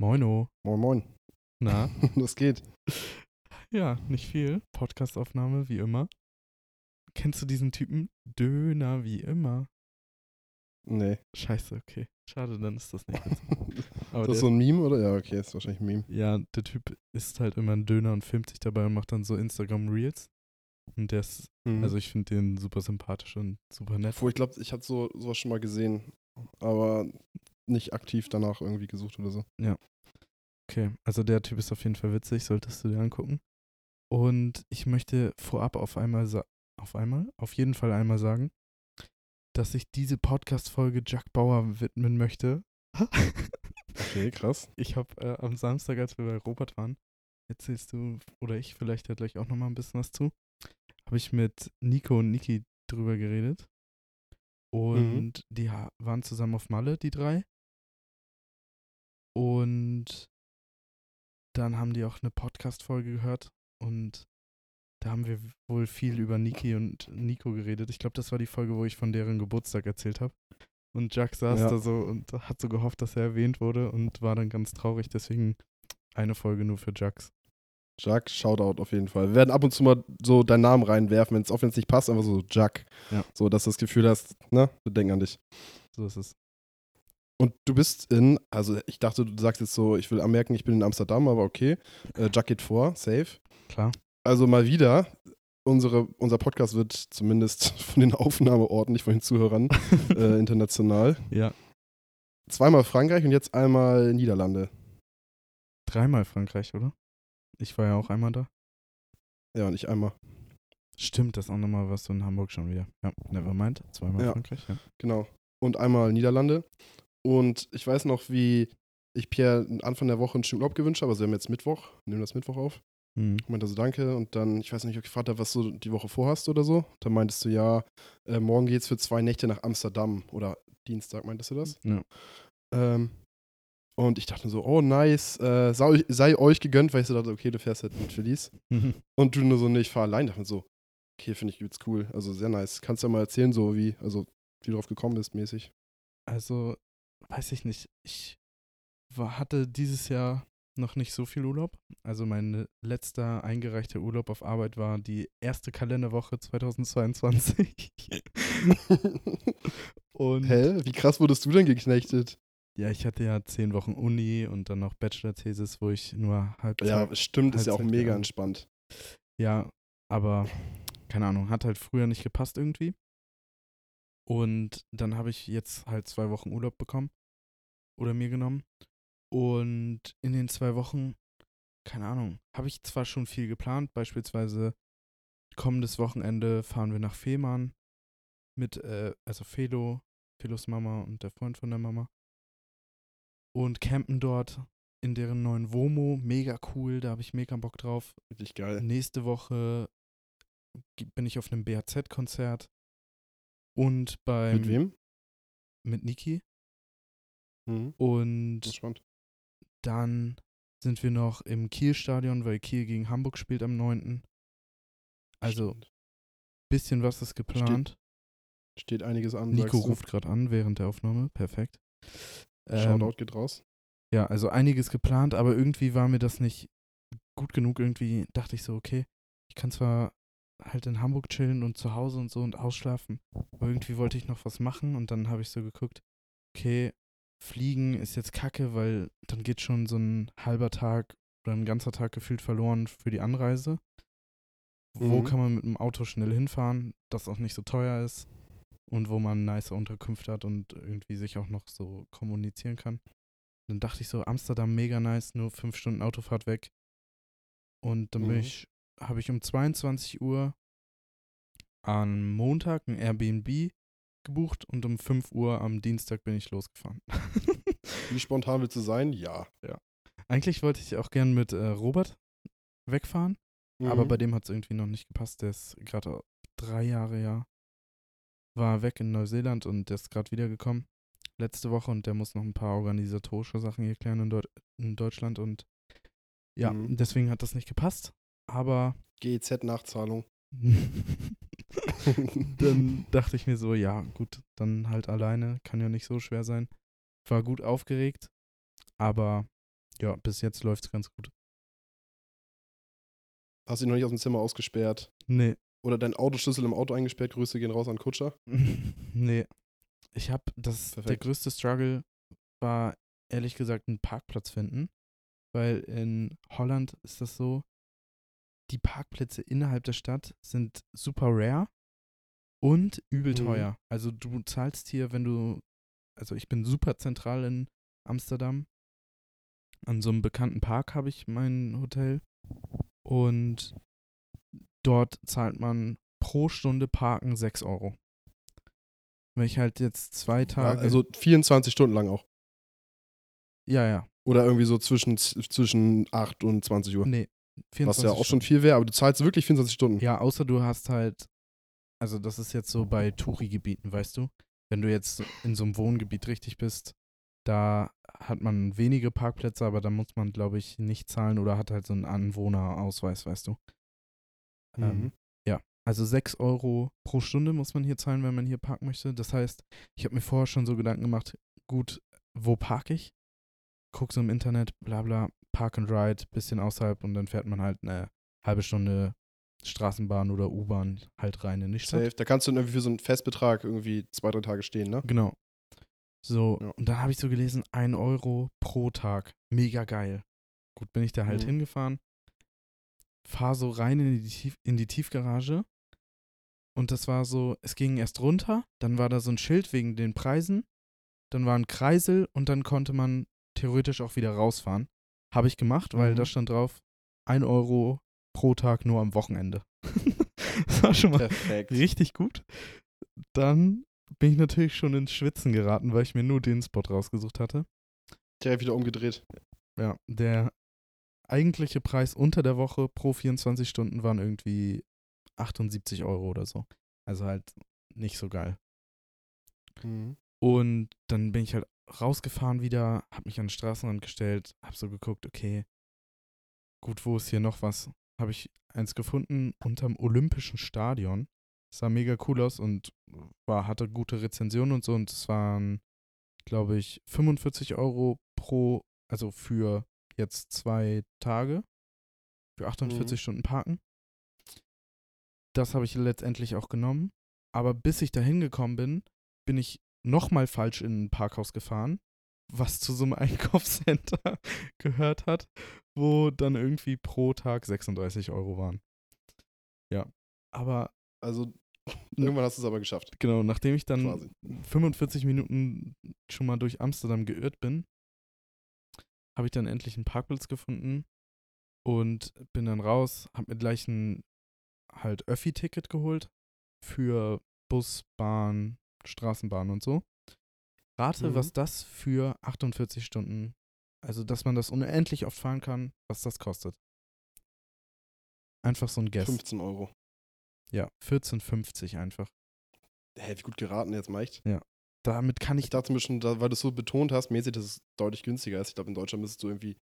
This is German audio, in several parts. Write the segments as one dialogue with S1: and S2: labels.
S1: Moino.
S2: Moin, moin.
S1: Na?
S2: Was geht?
S1: Ja, nicht viel. Podcastaufnahme wie immer. Kennst du diesen Typen? Döner wie immer.
S2: Nee.
S1: Scheiße, okay. Schade, dann ist das nicht.
S2: Ist
S1: Aber
S2: das
S1: der,
S2: so ein Meme oder? Ja, okay, ist wahrscheinlich ein Meme.
S1: ja, der Typ isst halt immer einen Döner und filmt sich dabei und macht dann so Instagram Reels. Und der ist,
S2: Mhm.
S1: also ich finde den super sympathisch und super nett.
S2: Obwohl, ich glaube, ich habe so, sowas schon mal gesehen, aber nicht aktiv danach irgendwie gesucht oder so.
S1: Okay, also der Typ ist auf jeden Fall witzig, solltest du dir angucken. Und ich möchte vorab auf einmal, sa- auf einmal, auf jeden Fall einmal sagen, dass ich diese Podcast-Folge Jack Bauer widmen möchte.
S2: Okay, krass.
S1: Ich habe äh, am Samstag, als wir bei Robert waren, erzählst du oder ich vielleicht ja gleich auch nochmal ein bisschen was zu, habe ich mit Nico und Niki drüber geredet. Und die ha- waren zusammen auf Malle, die drei. Und dann haben die auch eine Podcast-Folge gehört und da haben wir wohl viel über Niki und Nico geredet. Ich glaube, das war die Folge, wo ich von deren Geburtstag erzählt habe. Und Jack saß
S2: Ja.
S1: da so und hat so gehofft, dass er erwähnt wurde und war dann ganz traurig. Deswegen eine Folge nur für Jacks.
S2: Jack, Shoutout auf jeden Fall. Wir werden ab und zu mal so deinen Namen reinwerfen, wenn es auch wenn es nicht passt, einfach so Jack.
S1: Ja.
S2: So, dass du das Gefühl hast, ne, wir denken an dich.
S1: So ist es.
S2: Und du bist in, also ich dachte, du sagst jetzt so, ich will anmerken, ich bin in Amsterdam, aber okay. Äh, Jack geht vor, safe.
S1: Klar.
S2: also mal wieder, unsere, unser Podcast wird zumindest von den Aufnahmeorten, nicht von den Zuhörern, äh, international.
S1: Ja.
S2: Zweimal Frankreich und jetzt einmal Niederlande.
S1: Dreimal Frankreich, oder? Ich war ja auch einmal da.
S2: Ja, nicht einmal.
S1: Stimmt, das andere Mal warst du in Hamburg schon wieder. Ja, nevermind. Zweimal
S2: Ja.
S1: Frankreich, ja.
S2: Genau. Und einmal Niederlande. Und ich weiß noch, wie ich Pierre Anfang der Woche einen schönen Urlaub gewünscht habe. Also wir haben jetzt Mittwoch, nehmen das Mittwoch auf.
S1: Hm.
S2: Ich meinte so, danke. Und dann, ich weiß nicht, ob ich gefragt habe, was du die Woche vorhast oder so. Dann meintest du, ja, äh, morgen geht's für zwei Nächte nach Amsterdam. Oder Dienstag, meintest du das?
S1: Ja.
S2: Ähm, und ich dachte so, oh nice, äh, sei, sei euch gegönnt, weil ich so dachte, okay, du fährst halt mit Felice.
S1: Mhm.
S2: Und du nur so, nee, ich fahr allein. Dachte mir so, okay, finde ich übelst cool. Also sehr nice. Kannst du ja mal erzählen, so wie, also wie du drauf gekommen bist, mäßig.
S1: Also, weiß ich nicht. Ich war, hatte dieses Jahr noch nicht so viel Urlaub. Also mein letzter eingereichter Urlaub auf Arbeit war die erste Kalenderwoche 2022. Und
S2: Hä? Wie krass wurdest du denn geknechtet?
S1: ja, ich hatte ja zehn Wochen Uni und dann noch Bachelor-Thesis, wo ich nur halb
S2: Ja, stimmt, ist ja auch
S1: Halbzeit
S2: mega
S1: gegangen.
S2: entspannt.
S1: Ja, aber keine Ahnung, hat halt früher nicht gepasst irgendwie. Und dann habe ich jetzt halt zwei Wochen Urlaub bekommen oder mir genommen. Und in den zwei Wochen, keine Ahnung, habe ich zwar schon viel geplant, beispielsweise kommendes Wochenende fahren wir nach Fehmarn mit, äh, also Felo, Felos Mama und der Freund von der Mama. Und campen dort in deren neuen Womo, mega cool, da habe ich mega Bock drauf.
S2: Richtig geil.
S1: Nächste Woche ge- bin ich auf einem BHZ-Konzert und beim
S2: Mit wem?
S1: mit Niki
S2: Mhm.
S1: und
S2: Entspannt.
S1: dann sind wir noch im Kiel-Stadion, weil Kiel gegen Hamburg spielt am 9. Also
S2: Stimmt.
S1: bisschen was ist geplant.
S2: Steht einiges an.
S1: Nico
S2: sagst du.
S1: ruft gerade an während der Aufnahme, perfekt. Ähm,
S2: Shoutout geht raus.
S1: ja, also einiges geplant, aber irgendwie war mir das nicht gut genug. Irgendwie dachte ich so, okay, ich kann zwar halt in Hamburg chillen und zu Hause und so und ausschlafen, aber irgendwie wollte ich noch was machen und dann habe ich so geguckt, okay, fliegen ist jetzt kacke, weil dann geht schon so ein halber Tag oder ein ganzer Tag gefühlt verloren für die Anreise. Wo
S2: Mhm.
S1: kann man mit dem Auto schnell hinfahren, das auch nicht so teuer ist und wo man nice Unterkünfte hat und irgendwie sich auch noch so kommunizieren kann. Dann dachte ich so, Amsterdam mega nice, nur fünf Stunden Autofahrt weg. Und dann bin
S2: Mhm.
S1: ich, habe ich um 22 Uhr am Montag ein Airbnb gebucht und um 5 Uhr am Dienstag bin ich losgefahren.
S2: Wie spontan willst du sein? Ja.
S1: Eigentlich wollte ich auch gern mit äh, Robert wegfahren, aber
S2: Mhm.
S1: bei dem hat es irgendwie noch nicht gepasst. Der ist gerade drei Jahre ja, war weg in Neuseeland und der ist gerade wiedergekommen letzte Woche und der muss noch ein paar organisatorische Sachen hier klären in, Deut in Deutschland und ja,
S2: Mhm.
S1: deswegen hat das nicht gepasst. Aber
S2: E GEZ-Nachzahlung.
S1: dann dachte ich mir so, ja, gut, dann halt alleine, kann ja nicht so schwer sein. War gut aufgeregt, aber Ja, bis jetzt läuft's ganz gut.
S2: Hast ihn noch nicht aus dem Zimmer ausgesperrt.
S1: Nee,
S2: Oder deinen Autoschlüssel im Auto eingesperrt. Grüße gehen raus an Kutscher.
S1: nee. Ich habe das, der
S2: Perfekt.
S1: größte Struggle war ehrlich gesagt einen Parkplatz finden, weil in Holland ist das so, die Parkplätze innerhalb der Stadt sind super rare und übel
S2: Mhm.
S1: teuer. Also du zahlst hier, wenn du, also ich bin super zentral in Amsterdam. An so einem bekannten Park habe ich mein Hotel und dort zahlt man pro Stunde Parken 6 Euro. Wenn ich halt jetzt zwei Tage.
S2: Also 24 Stunden lang auch.
S1: ja, ja.
S2: Oder irgendwie so zwischen, zwischen 8 und 20 Uhr.
S1: Nee. 24
S2: Was ja auch schon
S1: Stunden.
S2: viel wäre, aber du zahlst wirklich 24 Stunden.
S1: Ja, außer du hast halt. Also, das ist jetzt so bei Touri-Gebieten, weißt du? Wenn du jetzt in so einem Wohngebiet richtig bist, da hat man wenige Parkplätze, aber da muss man, glaube ich, nicht zahlen oder hat halt so einen Anwohnerausweis, weißt du? Ähm,
S2: Mhm.
S1: Also 6 Euro pro Stunde muss man hier zahlen, wenn man hier parken möchte. Das heißt, ich habe mir vorher schon so Gedanken gemacht, gut, wo parke ich? Guck so im Internet, bla bla, Park and Ride, bisschen außerhalb und dann fährt man halt eine halbe Stunde Straßenbahn oder U-Bahn halt rein in die Stadt.
S2: Safe. Da kannst du dann irgendwie für so einen Festbetrag irgendwie zwei, drei Tage stehen, ne?
S1: Genau. So,
S2: Ja.
S1: und dann habe ich so gelesen, 1 Euro pro Tag. Mega geil. Gut, bin ich da halt
S2: Mhm.
S1: hingefahren, fahr so rein in die, Tief in die Tiefgarage und das war so, es ging erst runter, dann war da so ein Schild wegen den Preisen, dann war ein Kreisel und dann konnte man theoretisch auch wieder rausfahren. Habe ich gemacht, weil
S2: Mhm.
S1: da stand drauf, 1 Euro pro Tag nur am Wochenende. das war schon mal
S2: Perfekt.
S1: richtig gut. Dann bin ich natürlich schon ins Schwitzen geraten, weil ich mir nur den Spot rausgesucht hatte.
S2: Direkt wieder umgedreht.
S1: Ja, der eigentliche Preis unter der Woche pro 24 Stunden waren irgendwie 78 Euro oder so. Also halt nicht so geil.
S2: Mhm.
S1: Und dann bin ich halt rausgefahren wieder, hab mich an den Straßenrand gestellt, hab so geguckt, okay, gut, wo ist hier noch was? Habe ich eins gefunden unterm Olympischen Stadion. Sah mega cool aus und war, hatte gute Rezensionen und so. Und es waren, glaube ich, 45 Euro pro, also für jetzt zwei Tage, für 48
S2: Mhm.
S1: Stunden parken. Das habe ich letztendlich auch genommen. Aber bis ich dahin gekommen bin, bin ich nochmal falsch in ein Parkhaus gefahren, was zu so einem Einkaufscenter gehört hat, wo dann irgendwie pro Tag 36 Euro waren. Ja. Aber
S2: Also irgendwann hast du es aber geschafft.
S1: genau, nachdem ich dann
S2: Quasi.
S1: 45 Minuten schon mal durch Amsterdam geirrt bin, habe ich dann endlich einen Parkplatz gefunden und bin dann raus, habe mir gleich ein halt Öffi-Ticket geholt für Bus, Bahn, Straßenbahn und so. Rate,
S2: Mhm.
S1: was das für 48 Stunden, also dass man das unendlich oft fahren kann, was das kostet. Einfach so ein Guess.
S2: 15 Euro.
S1: Ja, 14,50 einfach.
S2: Hä, wie gut geraten jetzt, Mike.
S1: Damit kann ich
S2: Ich dachte mir schon, da, weil du es so betont hast, mäßig, dass es deutlich günstiger ist. Ich glaube, in Deutschland müsstest du irgendwie,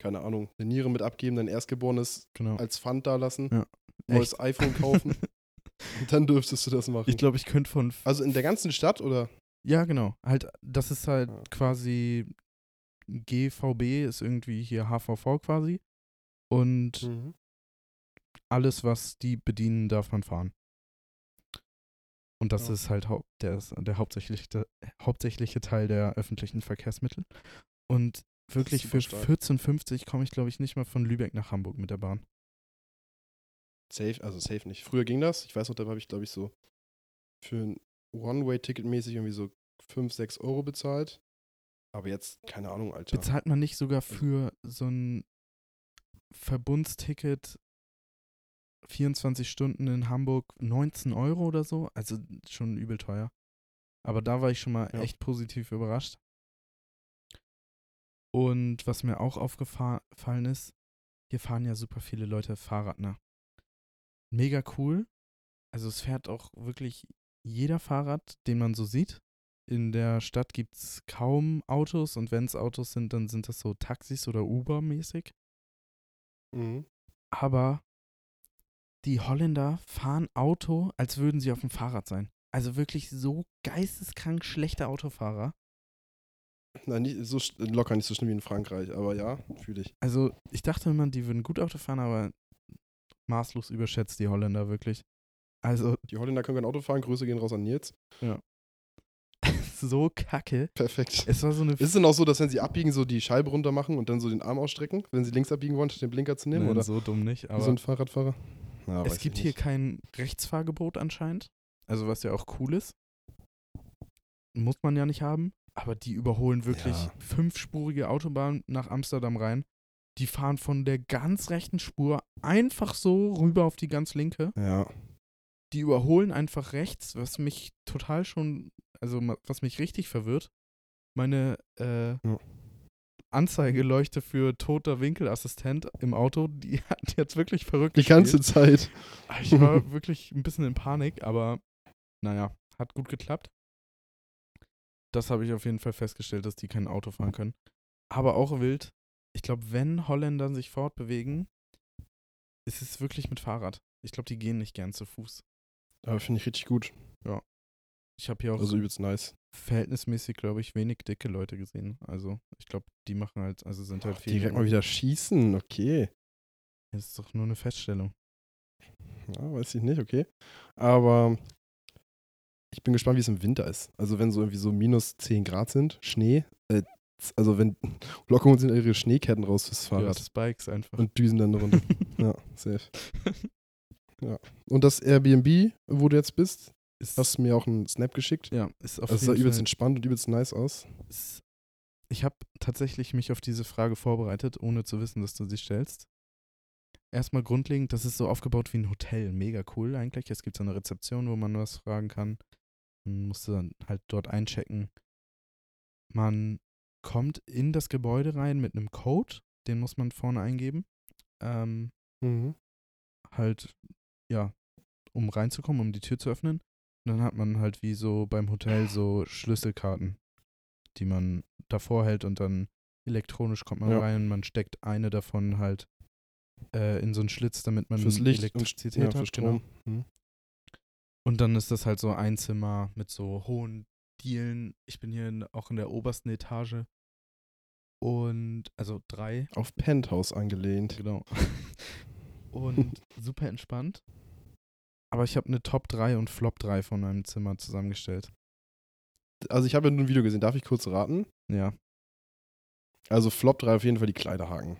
S2: keine Ahnung, eine Niere mit abgeben, dein Erstgeborenes
S1: genau.
S2: als Pfand da lassen,
S1: Ja.
S2: neues
S1: Echt?
S2: iPhone kaufen und dann dürftest du das machen.
S1: Ich glaube, ich könnte von. f-
S2: also in der ganzen Stadt oder?
S1: Ja, genau. Halt, das ist halt
S2: Ah.
S1: quasi. GVB ist irgendwie hier HVV quasi. Und
S2: Mhm.
S1: alles, was die bedienen, darf man fahren. Und das
S2: Ja.
S1: ist halt hau der, ist der hauptsächliche, hauptsächliche Teil der öffentlichen Verkehrsmittel. Und wirklich
S2: ist
S1: für
S2: super stark.
S1: 14,50 komme ich, glaube ich, nicht mal von Lübeck nach Hamburg mit der Bahn.
S2: Safe, also safe nicht. Früher ging das. Ich weiß noch, da habe ich, glaube ich, so für ein One-Way-Ticket mäßig irgendwie so 5, 6 Euro bezahlt. Aber jetzt, keine Ahnung, Alter.
S1: Bezahlt man nicht sogar für so ein Verbundsticket 24 Stunden in Hamburg 19 Euro oder so? Also schon übel teuer. Aber da war ich schon mal
S2: Ja.
S1: echt positiv überrascht. Und was mir auch aufgefallen ist, hier fahren ja super viele Leute Fahrrad, ne? Mega cool. Also es fährt auch wirklich jeder Fahrrad, den man so sieht. In der Stadt gibt es kaum Autos und wenn es Autos sind, dann sind das so Taxis oder Uber-mäßig.
S2: Mhm.
S1: Aber die Holländer fahren Auto, als würden sie auf dem Fahrrad sein. Also wirklich so geisteskrank schlechte Autofahrer.
S2: Nein, nicht, so sch- locker nicht so schlimm wie in Frankreich, aber ja, fühle ich.
S1: Also, ich dachte immer, die würden gut Auto fahren, aber maßlos überschätzt die Holländer wirklich. Also,
S2: Die Holländer können kein Auto fahren, Grüße gehen raus an Nils.
S1: so kacke.
S2: Perfekt.
S1: Es war so eine.
S2: Ist es denn auch so, dass wenn sie abbiegen, so die Scheibe runter machen und dann so den Arm ausstrecken, wenn sie links abbiegen wollen, statt den Blinker zu nehmen?
S1: Nein,
S2: oder
S1: so dumm nicht,
S2: wie
S1: aber
S2: so ein Fahrradfahrer? Na, weiß
S1: es
S2: ich
S1: gibt hier
S2: nicht.
S1: kein Rechtsfahrgebot anscheinend. Also, was ja auch cool ist. Muss man ja nicht haben. Aber die überholen wirklich
S2: Ja.
S1: fünfspurige Autobahn nach Amsterdam rein. Die fahren von der ganz rechten Spur einfach so rüber auf die ganz linke.
S2: Ja,
S1: die überholen einfach rechts, was mich total schon, also ma- was mich richtig verwirrt. Meine äh,
S2: Ja.
S1: Anzeigeleuchte für toter Winkelassistent im Auto, die hat jetzt wirklich verrückt.
S2: die ganze Zeit.
S1: gespielt. Ah, Ich war wirklich ein bisschen in Panik, aber naja, hat gut geklappt. Das habe ich auf jeden Fall festgestellt, dass die kein Auto fahren können. Aber auch wild. Ich glaube, wenn Holländer sich fortbewegen, ist es wirklich mit Fahrrad. Ich glaube, die gehen nicht gern zu Fuß.
S2: Aber finde ich richtig gut.
S1: Ich habe hier auch
S2: Also übelst nice.
S1: verhältnismäßig, glaube ich, wenig dicke Leute gesehen. Also, ich glaube, die machen halt, also sind halt viel.
S2: Direkt mal wieder schießen, okay.
S1: Das ist doch nur eine Feststellung.
S2: Ja, weiß ich nicht, okay. Aber ich bin gespannt, wie es im Winter ist. Also wenn so irgendwie so minus 10 Grad sind, Schnee, äh, z- also wenn Locker holen sind ihre Schneeketten raus fürs
S1: Ja,
S2: Fahrrad
S1: Spikes einfach.
S2: und düsen dann eine Runde. ja, safe. Und das Airbnb, wo du jetzt bist,
S1: ist,
S2: hast du mir auch einen Snap geschickt.
S1: ja, ist auf
S2: Das sah
S1: jeden
S2: übelst
S1: Fall.
S2: entspannt und übelst nice aus.
S1: Ist, ich habe tatsächlich mich auf diese Frage vorbereitet, ohne zu wissen, dass du sie stellst. Erstmal grundlegend, das ist so aufgebaut wie ein Hotel. Mega cool eigentlich. Es gibt so eine Rezeption, wo man was fragen kann. Man musste dann halt dort einchecken. Man kommt in das Gebäude rein mit einem Code. Den muss man vorne eingeben. Ähm,
S2: Mhm.
S1: halt, ja, um reinzukommen, um die Tür zu öffnen. Und dann hat man halt wie so beim Hotel so Schlüsselkarten, die man davor hält und dann elektronisch kommt man
S2: Ja.
S1: rein und man steckt eine davon halt äh, in so einen Schlitz, damit man
S2: Fürs Licht und St-
S1: Elektrizität
S2: ja, für
S1: hat. Genau.
S2: Strom. Mhm.
S1: Und dann ist das halt so ein Zimmer mit so hohen Dielen. Ich bin hier in, auch in der obersten Etage. Und also drei.
S2: Auf Penthouse angelehnt.
S1: Genau. Und super entspannt. Aber ich habe eine Top 3 und Flop 3 von meinem Zimmer zusammengestellt.
S2: Also ich habe ja nur ein Video gesehen, darf ich kurz raten?
S1: Ja.
S2: Also Flop 3 auf jeden Fall die Kleiderhaken.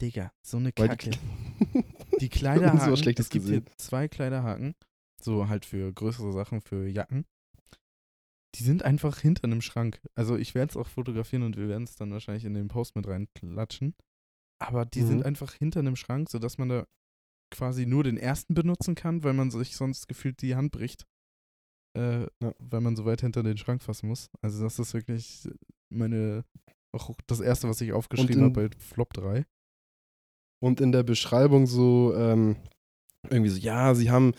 S1: Digga, so eine
S2: Weil
S1: Kacke.
S2: Die,
S1: Die Kleiderhaken,
S2: So schlechtes
S1: es gibt
S2: gesehen.
S1: hier zwei Kleiderhaken, so halt für größere Sachen, für Jacken. Die sind einfach hinter einem Schrank. Also ich werde es auch fotografieren und wir werden es dann wahrscheinlich in den Post mit reinklatschen. Aber die
S2: Mhm.
S1: sind einfach hinter einem Schrank, sodass man da quasi nur den ersten benutzen kann, weil man sich sonst gefühlt die Hand bricht. Äh,
S2: Ja.
S1: Weil man so weit hinter den Schrank fassen muss. Also das ist wirklich meine, auch das erste, was ich aufgeschrieben
S2: in-
S1: habe bei Flop 3.
S2: Und in der Beschreibung so ähm, irgendwie so, ja, sie haben,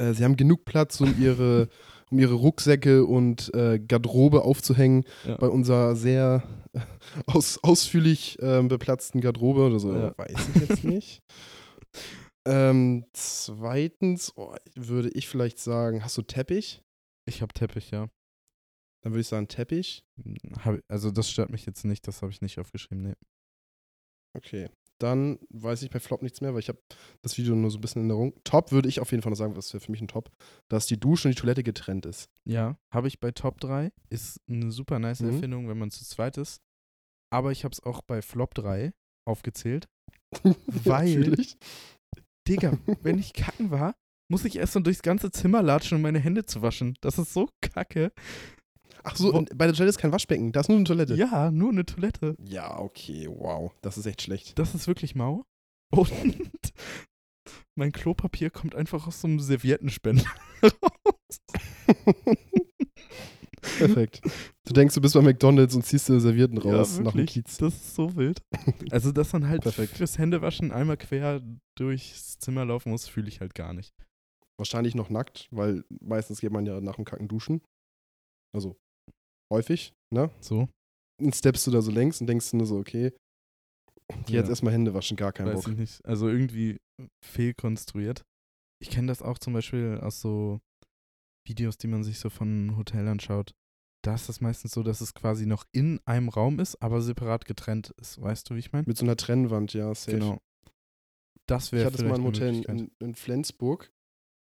S2: äh, sie haben genug Platz, um ihre, um ihre Rucksäcke und äh, Garderobe aufzuhängen
S1: Ja.
S2: bei unserer sehr äh, aus, ausführlich ähm, beplatzten Garderobe oder so.
S1: Ja.
S2: Weiß ich jetzt nicht. ähm, zweitens oh, würde ich vielleicht sagen, hast du Teppich?
S1: Ich habe Teppich, ja.
S2: Dann würde ich sagen Teppich.
S1: Hab, also das stört mich jetzt nicht, das habe ich nicht aufgeschrieben. ne. Nee.
S2: Okay. Dann weiß ich bei Flop nichts mehr, weil ich habe das Video nur so ein bisschen in Erinnerung. Top würde ich auf jeden Fall noch sagen, was wäre für mich ein Top, dass die Dusche und die Toilette getrennt ist.
S1: Ja, habe ich bei Top 3. Ist eine super nice
S2: Mhm.
S1: Erfindung, wenn man zu zweit ist. Aber ich habe es auch bei Flop 3 aufgezählt. Weil-
S2: Natürlich.
S1: Digga, wenn ich kacken war, muss ich erst dann durchs ganze Zimmer latschen, um meine Hände zu waschen. Das ist so kacke.
S2: Ach so, und bei der Toilette ist kein Waschbecken, da ist nur eine Toilette.
S1: Ja, nur eine Toilette.
S2: Ja, okay, wow. Das ist echt schlecht.
S1: Das ist wirklich mau. Und mein Klopapier kommt einfach aus so einem Serviettenspender raus.
S2: Perfekt. Du denkst, du bist bei McDonalds und ziehst dir Servietten
S1: Ja,
S2: raus nach dem
S1: wirklich.
S2: Kiez.
S1: Das ist so wild. Also, dass man halt
S2: Perfekt.
S1: fürs Händewaschen einmal quer durchs Zimmer laufen muss, fühle ich halt gar nicht.
S2: Wahrscheinlich noch nackt, weil meistens geht man ja nach dem Kacken duschen. Also häufig, ne?
S1: So,
S2: Dann steppst du da so längs und denkst nur so, okay, jetzt
S1: Ja.
S2: erstmal Hände waschen, gar keinen
S1: weiß
S2: Bock.
S1: ich nicht. Also irgendwie fehlkonstruiert. Ich kenne das auch zum Beispiel aus so Videos, die man sich so von Hotel anschaut. da ist das meistens so, dass es quasi noch in einem Raum ist, aber separat getrennt ist. Weißt du, wie ich meine?
S2: Mit so einer Trennwand, ja, safe.
S1: Genau. Das
S2: Ich
S1: wäre
S2: hatte es
S1: vielleicht
S2: mal im
S1: eine
S2: Hotel in,
S1: Möglichkeit.
S2: in, in Flensburg,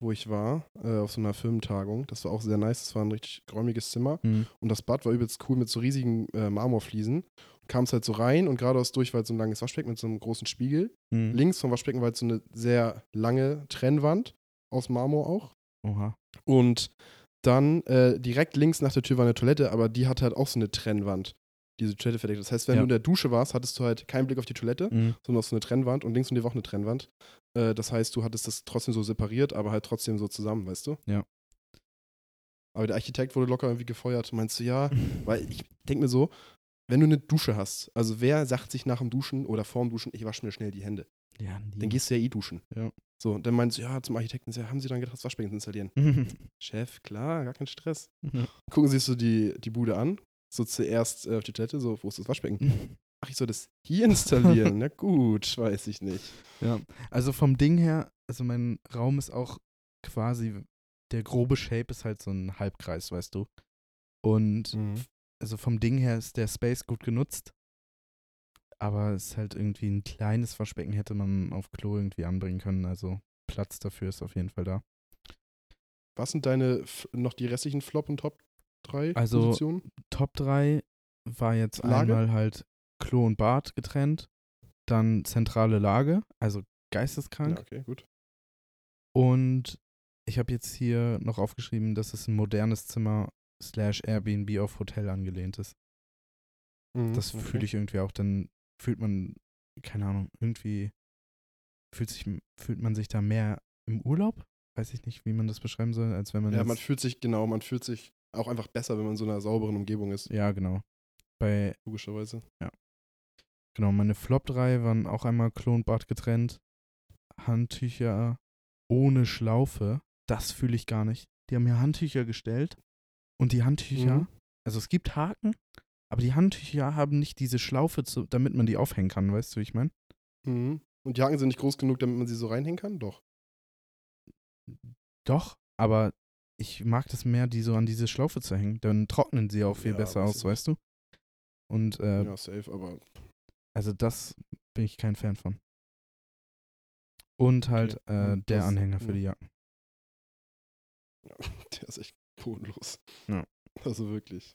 S2: wo ich war, äh, auf so einer Filmtagung. Das war auch sehr nice. Das war ein richtig räumiges Zimmer.
S1: Hm.
S2: Und das Bad war übelst cool mit so riesigen äh, Marmorfliesen. Kam es halt so rein und geradeaus durch war halt so ein langes Waschbecken mit so einem großen Spiegel.
S1: Hm.
S2: Links vom Waschbecken war halt so eine sehr lange Trennwand aus Marmor auch.
S1: Oha.
S2: Und dann äh, direkt links nach der Tür war eine Toilette, aber die hatte halt auch so eine Trennwand, diese Toilette verdeckt. Das heißt, wenn
S1: Ja.
S2: du in der Dusche warst, hattest du halt keinen Blick auf die Toilette,
S1: Hm.
S2: sondern auf so eine Trennwand und links von dir war auch eine Trennwand. Äh, das heißt, du hattest das trotzdem so separiert, aber halt trotzdem so zusammen, weißt du?
S1: Ja.
S2: Aber der Architekt wurde locker irgendwie gefeuert. Meinst du, ja,
S1: Mhm.
S2: weil ich denke mir so, wenn du eine Dusche hast, also wer sagt sich nach dem Duschen oder vorm Duschen, ich wasche mir schnell die Hände?
S1: Ja,
S2: Dann gehst du ja eh duschen.
S1: Ja.
S2: So, und dann meinst du, ja, zum Architekten, ja, haben sie dann gedacht, das Waschbecken zu installieren? Chef, klar, gar kein Stress. Gucken sich so die, die Bude an, so zuerst äh, auf die Toilette, so, wo ist das Waschbecken? Ach, ich soll das hier installieren? Na gut, weiß ich nicht.
S1: ja. Also vom Ding her, also mein Raum ist auch quasi, der grobe Shape ist halt so ein Halbkreis, weißt du. Und
S2: Mhm.
S1: also vom Ding her ist der Space gut genutzt. Aber es ist halt irgendwie ein kleines Waschbecken hätte man auf Klo irgendwie anbringen können. Also Platz dafür ist auf jeden Fall da.
S2: Was sind deine f- noch die restlichen Flop und Top 3
S1: Also,
S2: Positionen?
S1: Top 3 war jetzt
S2: Lage?
S1: einmal halt Klo und Bad getrennt. Dann zentrale Lage, also geisteskrank.
S2: Ja, okay, gut.
S1: Und ich habe jetzt hier noch aufgeschrieben, dass es ein modernes Zimmer slash Airbnb auf Hotel angelehnt ist.
S2: Mhm, Hm,
S1: Das fühle ich irgendwie auch. Dann fühlt man, keine Ahnung, irgendwie fühlt, sich, fühlt man sich da mehr im Urlaub. Weiß ich nicht, wie man das beschreiben soll, als wenn man.
S2: Ja,
S1: jetzt,
S2: man fühlt sich, genau, man fühlt sich auch einfach besser, wenn man in so einer sauberen Umgebung ist,
S1: ja genau. Bei,
S2: logischerweise.
S1: genau, meine Flop 3 waren auch einmal Klo und Bad getrennt. Handtücher ohne Schlaufe. Das fühle ich gar nicht. Die haben mir Handtücher gestellt und die Handtücher,
S2: Mhm.
S1: also es gibt Haken, aber die Handtücher haben nicht diese Schlaufe, zu, damit man die aufhängen kann, weißt du, wie ich meine?
S2: Mhm. Und die Haken sind nicht groß genug, damit man sie so reinhängen kann? Doch.
S1: Doch, aber ich mag das mehr, die so an diese Schlaufe zu hängen. Dann trocknen sie auch viel
S2: Ja,
S1: besser
S2: weiß
S1: aus,
S2: ich.
S1: weißt du? Und äh,
S2: ja, safe, aber
S1: also das bin ich kein Fan von. Und halt
S2: Okay,
S1: äh,
S2: und
S1: der
S2: das-
S1: Anhänger für
S2: ja.
S1: die Jacken.
S2: der ist echt bodenlos.
S1: Ja.
S2: Also wirklich.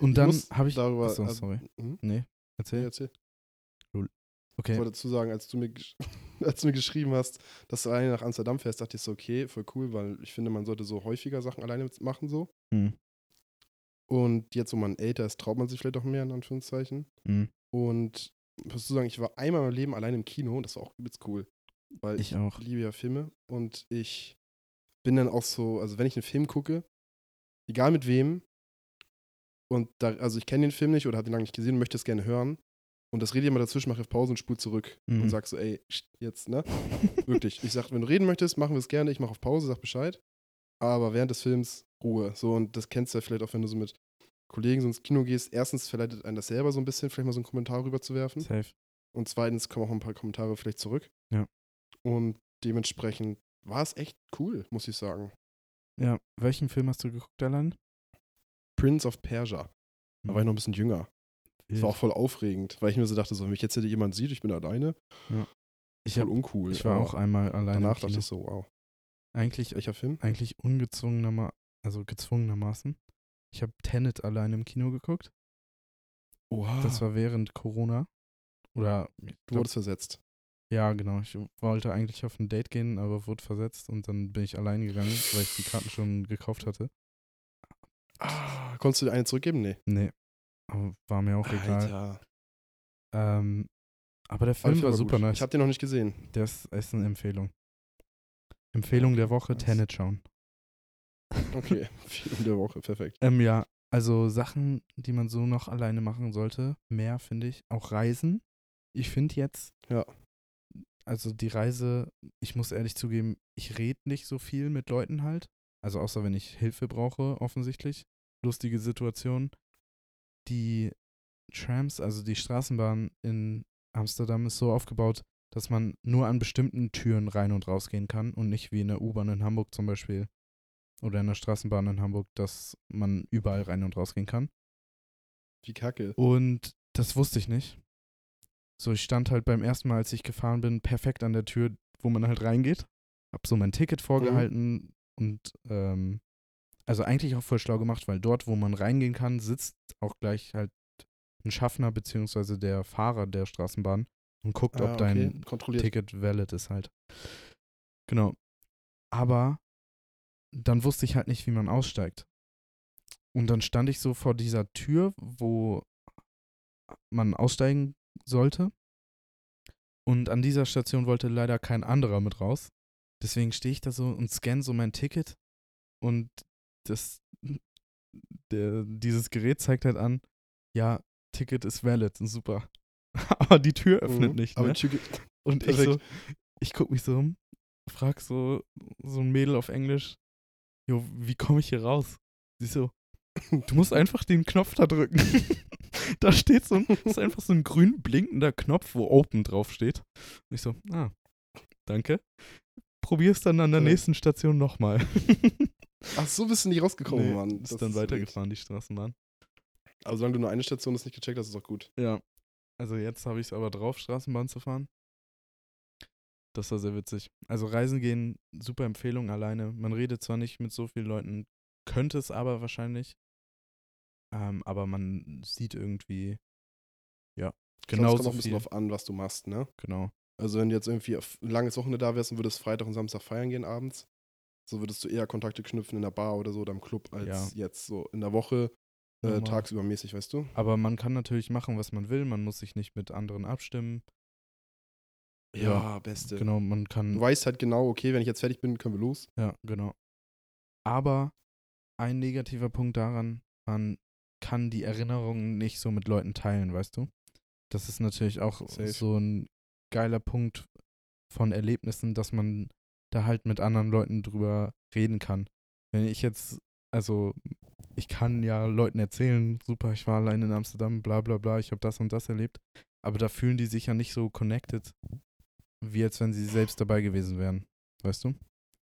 S1: Und
S2: Ich
S1: dann
S2: muss
S1: habe ich.
S2: darüber.
S1: Achso,
S2: also-
S1: sorry.
S2: Mhm.
S1: Nee,
S2: Nee,
S1: erzähl.
S2: erzähl. Ich
S1: Okay.
S2: wollte dazu sagen, als du mir, gesch- als du mir geschrieben hast, dass du alleine nach Amsterdam fährst, dachte ich so, okay, voll cool, weil ich finde, man sollte so häufiger Sachen alleine machen so.
S1: Hm.
S2: Und jetzt, wo man älter ist, traut man sich vielleicht auch mehr, in Anführungszeichen.
S1: Hm.
S2: Und musst du sagen, ich war einmal im Leben alleine im Kino und das war auch übelst cool. Weil
S1: Ich auch.
S2: liebe ja Filme und ich bin dann auch so, also wenn ich einen Film gucke, egal mit wem, und da, also ich kenne den Film nicht oder habe den lange nicht gesehen und möchte es gerne hören. Und das rede ich immer dazwischen, mache ich auf Pause und spule zurück
S1: Mhm.
S2: und sag so, ey, pst, jetzt, ne? Wirklich. Ich sag, wenn du reden möchtest, machen wir es gerne, ich mache auf Pause, sag Bescheid. Aber während des Films Ruhe. So, und das kennst du ja vielleicht auch, wenn du so mit Kollegen so ins Kino gehst. Erstens verleitet einen das selber so ein bisschen, vielleicht mal so einen Kommentar rüberzuwerfen.
S1: Safe.
S2: Und zweitens kommen auch ein paar Kommentare vielleicht zurück.
S1: Ja.
S2: Und dementsprechend war es echt cool, muss ich sagen.
S1: Ja, welchen Film hast du geguckt allein?
S2: Prince of Persia.
S1: Hm.
S2: Da war ich noch ein bisschen jünger. Das war auch voll aufregend, weil ich mir so dachte, so, wenn mich jetzt hier jemand sieht, ich bin alleine,
S1: ich,
S2: voll
S1: hab,
S2: uncool.
S1: ich war
S2: Aber
S1: auch einmal alleine. im
S2: Danach
S1: Kino.
S2: dachte ich so, wow.
S1: Eigentlich
S2: Welcher Film?
S1: eigentlich ungezwungenermaßen, also gezwungenermaßen. Ich habe Tenet allein im Kino geguckt.
S2: Oha.
S1: Oh, Das war während Corona. Oder, ich
S2: du
S1: glaub,
S2: wurdest versetzt.
S1: ja, genau. Ich wollte eigentlich auf ein Date gehen, aber wurde versetzt und dann bin ich allein gegangen, weil ich die Karten schon gekauft hatte.
S2: Ah, konntest du dir eine zurückgeben? Nee.
S1: Nee, aber war mir auch egal.
S2: Alter.
S1: Ähm, aber der
S2: Aber
S1: Film
S2: der
S1: war
S2: gut.
S1: super nice.
S2: Ich habe den noch nicht gesehen.
S1: Der ist, ist eine Empfehlung. Empfehlung der Woche,
S2: nice.
S1: Tenet schauen.
S2: Okay, Film der Woche, perfekt.
S1: Ähm, ja, also Sachen, die man so noch alleine machen sollte, mehr finde ich. Auch Reisen. Ich finde jetzt,
S2: Ja.
S1: also die Reise, ich muss ehrlich zugeben, ich rede nicht so viel mit Leuten halt. Also außer wenn ich Hilfe brauche, offensichtlich. Lustige Situation. Die Trams, also die Straßenbahn in Amsterdam ist so aufgebaut, dass man nur an bestimmten Türen rein und raus gehen kann und nicht wie in der U-Bahn in Hamburg zum Beispiel oder in der Straßenbahn in Hamburg, dass man überall rein und rausgehen kann.
S2: Wie kacke.
S1: Und das wusste ich nicht. So, ich stand halt beim ersten Mal, als ich gefahren bin, perfekt an der Tür, wo man halt reingeht. Hab so mein Ticket vorgehalten und ähm, also eigentlich auch voll schlau gemacht, weil dort, wo man reingehen kann, sitzt auch gleich halt ein Schaffner beziehungsweise der Fahrer der Straßenbahn und guckt,
S2: Ah,
S1: ob dein
S2: Kontrolliert.
S1: Ticket valid ist halt. Genau. Aber dann wusste ich halt nicht, wie man aussteigt. Und dann stand ich so vor dieser Tür, wo man aussteigen sollte. Und an dieser Station wollte leider kein anderer mit raus. Deswegen stehe ich da so und scanne so mein Ticket. Und das, der, dieses Gerät zeigt halt an, ja, Ticket ist valid, super. Aber die Tür öffnet
S2: Mhm.
S1: nicht.
S2: Aber
S1: Ne?
S2: die Tür geht-
S1: Und ich so,
S2: Direkt.
S1: ich guck mich so um, frag so, so ein Mädel auf Englisch, jo, wie komme ich hier raus? Sie so, du musst einfach den Knopf da drücken. da steht so ein, ist einfach so ein grün blinkender Knopf, wo Open drauf steht. Und ich so, ah, danke. Probier's dann an der
S2: Ja.
S1: nächsten Station nochmal.
S2: Ach, so bist du nicht rausgekommen, Mann.
S1: Ist
S2: Das
S1: dann
S2: wild.
S1: weitergefahren, die Straßenbahn.
S2: Aber Also solange du nur eine Station das nicht gecheckt hast, ist doch gut.
S1: Ja. Also jetzt habe ich es aber drauf, Straßenbahn zu fahren. Das war sehr witzig. Also Reisen gehen, super Empfehlung alleine. Man redet zwar nicht mit so vielen Leuten, könnte es aber wahrscheinlich. Ähm, aber man sieht irgendwie, ja,
S2: Ich glaub, es kommt
S1: genauso
S2: auch ein bisschen
S1: Genau viel.
S2: drauf an, was du machst, ne?
S1: Genau.
S2: Also wenn du jetzt irgendwie auf ein langes Wochenende da wärst und würdest Freitag und Samstag feiern gehen abends, so würdest du eher Kontakte knüpfen in der Bar oder so oder im Club als
S1: Ja.
S2: jetzt so in der Woche äh,
S1: Normal.
S2: tagsüber mäßig, weißt du?
S1: Aber man kann natürlich machen, was man will. Man muss sich nicht mit anderen abstimmen. Ja,
S2: beste.
S1: Genau, man kann
S2: Du weißt halt genau, okay, wenn ich jetzt fertig bin, können wir los.
S1: Ja, genau. Aber ein negativer Punkt daran, man kann die Erinnerungen nicht so mit Leuten teilen, weißt du? Das ist natürlich auch
S2: Safe.
S1: so ein geiler Punkt von Erlebnissen, dass man da halt mit anderen Leuten drüber reden kann. Wenn ich jetzt, also ich kann ja Leuten erzählen, super, ich war allein in Amsterdam, bla bla bla, ich habe das und das erlebt, aber da fühlen die sich ja nicht so connected, wie als wenn sie selbst dabei gewesen wären, weißt du?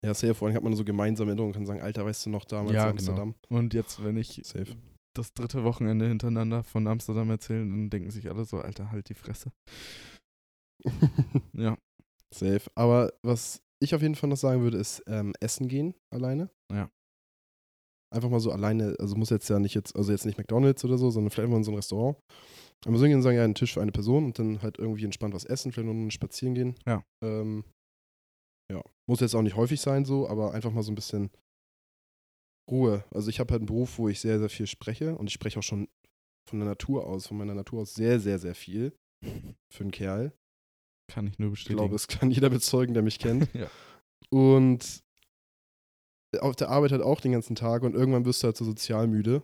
S2: Ja, safe, vorhin hat man so gemeinsame Erinnerungen, kann sagen, Alter, weißt du noch damals
S1: Ja, genau.
S2: in Amsterdam?
S1: Und jetzt, wenn ich
S2: Safe.
S1: das dritte Wochenende hintereinander von Amsterdam erzählen, dann denken sich alle so, Alter, halt die Fresse. Ja,
S2: safe. Aber was ich auf jeden Fall noch sagen würde, ist ähm, essen gehen alleine.
S1: Ja.
S2: Einfach mal so alleine, also muss jetzt ja nicht jetzt, also jetzt nicht McDonalds oder so, sondern vielleicht mal in so ein Restaurant. Einmal so hingehen und sagen, ja, einen Tisch für eine Person und dann halt irgendwie entspannt was essen, vielleicht noch spazieren gehen.
S1: Ja.
S2: Ähm, ja. Muss jetzt auch nicht häufig sein so, aber einfach mal so ein bisschen Ruhe. Also ich habe halt einen Beruf, wo ich sehr, sehr viel spreche und ich spreche auch schon von der Natur aus, von meiner Natur aus sehr, sehr, sehr viel für einen Kerl.
S1: kann ich nur
S2: Ich
S1: bestätigen.
S2: glaube, das kann jeder bezeugen, der mich kennt.
S1: ja.
S2: Und auf der Arbeit halt auch den ganzen Tag und irgendwann wirst du halt so sozial müde.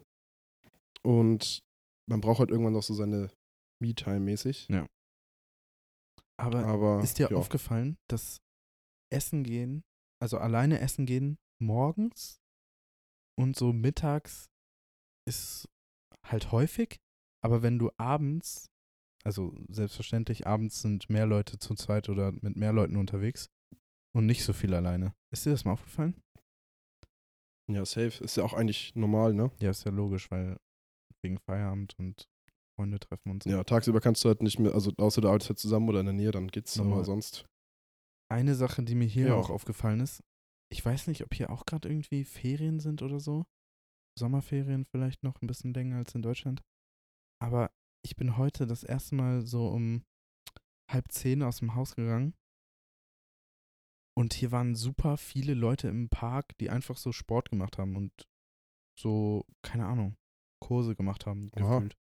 S2: Und man braucht halt irgendwann noch so seine Me-Time mäßig.
S1: Aber
S2: Aber
S1: ist dir
S2: ja,
S1: aufgefallen, dass Essen gehen, also alleine Essen gehen morgens und so mittags ist halt häufig, aber wenn du abends, also selbstverständlich abends sind mehr Leute zu zweit oder mit mehr Leuten unterwegs und nicht so viel alleine. Ist dir das mal aufgefallen?
S2: ja, safe. Ist ja auch eigentlich normal, ne?
S1: Ja, ist ja logisch, weil wegen Feierabend und Freunde treffen und so.
S2: Ja, tagsüber kannst du halt nicht mehr, also außer du arbeitest halt zusammen oder in der Nähe, dann geht's
S1: Normal.
S2: aber sonst.
S1: Eine Sache, die mir hier
S2: Ja.
S1: auch aufgefallen ist, ich weiß nicht, ob hier auch gerade irgendwie Ferien sind oder so. Sommerferien vielleicht noch ein bisschen länger als in Deutschland. Aber ich bin heute das erste Mal so um halb zehn aus dem Haus gegangen. Und hier waren super viele Leute im Park, die einfach so Sport gemacht haben und so, keine Ahnung, Kurse gemacht haben,
S2: Oha.
S1: gefühlt.